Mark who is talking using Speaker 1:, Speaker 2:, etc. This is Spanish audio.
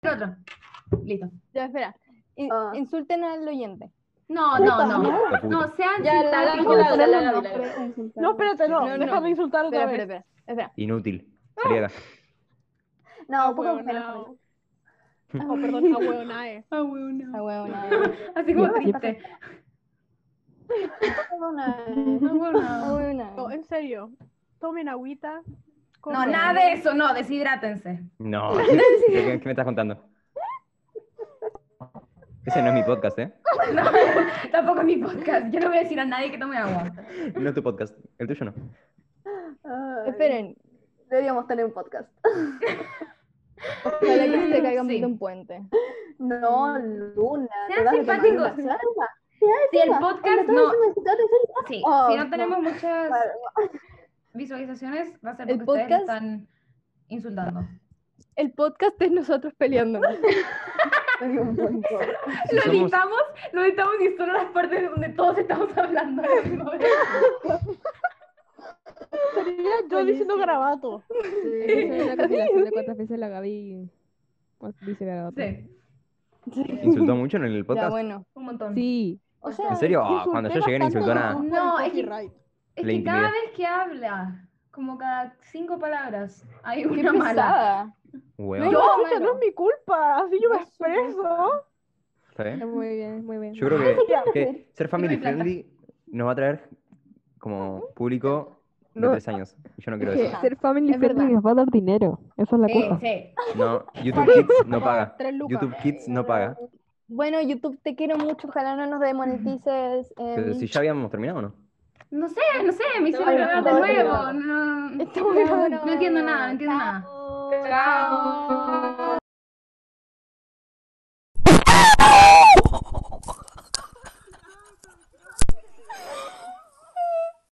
Speaker 1: ¿Qué otro? Listo.
Speaker 2: Ya, espera. In-
Speaker 3: Ah.
Speaker 2: Insulten al oyente.
Speaker 1: No, Oh, no, no.
Speaker 4: La puta.
Speaker 1: No, sean
Speaker 3: Ya, la- la-
Speaker 1: simpáticos.
Speaker 3: Ah, la- la- la- la-
Speaker 5: No, espérate, no.
Speaker 2: No, no.
Speaker 5: Déjame insultar otra
Speaker 2: Espera,
Speaker 5: vez.
Speaker 2: espera, espera. espera.
Speaker 4: Inútil. Salí de acá.
Speaker 3: No, poco menos.
Speaker 5: Ahueonao. Oh, perdón, ahueonae.
Speaker 1: Ah, bueno.
Speaker 2: Ah, huevo, no.
Speaker 1: Así como
Speaker 3: Sí, está
Speaker 1: triste.
Speaker 3: No,
Speaker 1: Ah, bueno.
Speaker 2: Ah, huevo, no.
Speaker 5: No, en serio. Tomen agüita.
Speaker 1: No,
Speaker 5: coman.
Speaker 1: nada de eso, no, deshidrátense.
Speaker 4: No. ¿Qué, qué me estás contando? Ese no es mi podcast, ¿eh?
Speaker 1: No, tampoco es mi podcast. Yo no voy a decir a nadie que tome agua.
Speaker 4: No es tu podcast. El tuyo no.
Speaker 3: Ay,
Speaker 2: Esperen,
Speaker 3: Deberíamos tener un podcast.
Speaker 2: ojalá que se caigan
Speaker 1: Sí.
Speaker 2: de un puente.
Speaker 3: No, Luna.
Speaker 1: Mm. Sean
Speaker 3: te vas a tomar
Speaker 1: simpáticos.
Speaker 3: una cerveza.
Speaker 1: Si el
Speaker 3: Encima,
Speaker 1: podcast
Speaker 3: cuando
Speaker 1: no.
Speaker 3: todos dicen que te hacen
Speaker 1: Sí,
Speaker 3: Oh,
Speaker 1: si no
Speaker 3: no.
Speaker 1: tenemos muchas
Speaker 3: Claro.
Speaker 1: visualizaciones, va a ser
Speaker 2: El
Speaker 1: porque ustedes
Speaker 2: podcast-
Speaker 1: están insultando.
Speaker 2: El podcast es nosotros peleándonos.
Speaker 3: un poco.
Speaker 4: Si
Speaker 1: lo
Speaker 4: somos-
Speaker 1: editamos, lo editamos y son las partes donde todos estamos hablando. a la misma vez.
Speaker 5: Sería yo diciendo garabato.
Speaker 6: Es una compilación de cuántas veces la Gaby pues, dice garabato.
Speaker 1: Sí,
Speaker 4: ¿Insultó mucho en el
Speaker 2: Ya,
Speaker 4: podcast?
Speaker 2: bueno.
Speaker 1: un montón.
Speaker 6: Sí.
Speaker 3: O sea,
Speaker 4: ¿En serio? Ah,
Speaker 5: Insulté
Speaker 4: cuando yo llegué no
Speaker 5: bastante
Speaker 4: insultó
Speaker 5: a
Speaker 4: nada.
Speaker 5: Facundo
Speaker 1: No,
Speaker 5: en
Speaker 1: es que-
Speaker 5: copyright.
Speaker 1: Es
Speaker 4: La
Speaker 1: que cada
Speaker 4: intimidad.
Speaker 1: vez que habla, como cada cinco palabras, hay
Speaker 2: Qué
Speaker 1: una mala.
Speaker 2: pesada.
Speaker 4: Weón.
Speaker 5: No,
Speaker 2: Yo,
Speaker 5: no, esta no es
Speaker 2: mano.
Speaker 5: mi culpa. Así yo me
Speaker 2: No es su
Speaker 5: expreso.
Speaker 4: ¿Está bien?
Speaker 6: Muy bien, muy bien.
Speaker 4: Yo creo que,
Speaker 5: Ya.
Speaker 4: que ser family
Speaker 1: plata.
Speaker 4: friendly nos va a traer como público de
Speaker 6: No.
Speaker 4: tres años. Y yo no quiero
Speaker 6: Es que
Speaker 4: eso.
Speaker 6: ser family
Speaker 2: Es
Speaker 6: friendly
Speaker 2: verdad.
Speaker 6: nos va a dar dinero. Esa es la
Speaker 1: Sí,
Speaker 6: cosa.
Speaker 1: sí.
Speaker 4: No, YouTube Kids no paga.
Speaker 5: Tres lucas.
Speaker 4: YouTube Kids no paga.
Speaker 3: Bueno, YouTube, te quiero mucho. Ojalá no nos demonetices.
Speaker 4: Pero si ya habíamos terminado, ¿no?
Speaker 1: No sé, no sé, me hicieron
Speaker 3: Ay,
Speaker 1: grabar de
Speaker 3: no,
Speaker 1: nuevo.
Speaker 3: no.
Speaker 1: No,
Speaker 2: Estamos grabando.
Speaker 1: no entiendo nada, no entiendo nada.
Speaker 3: Chao.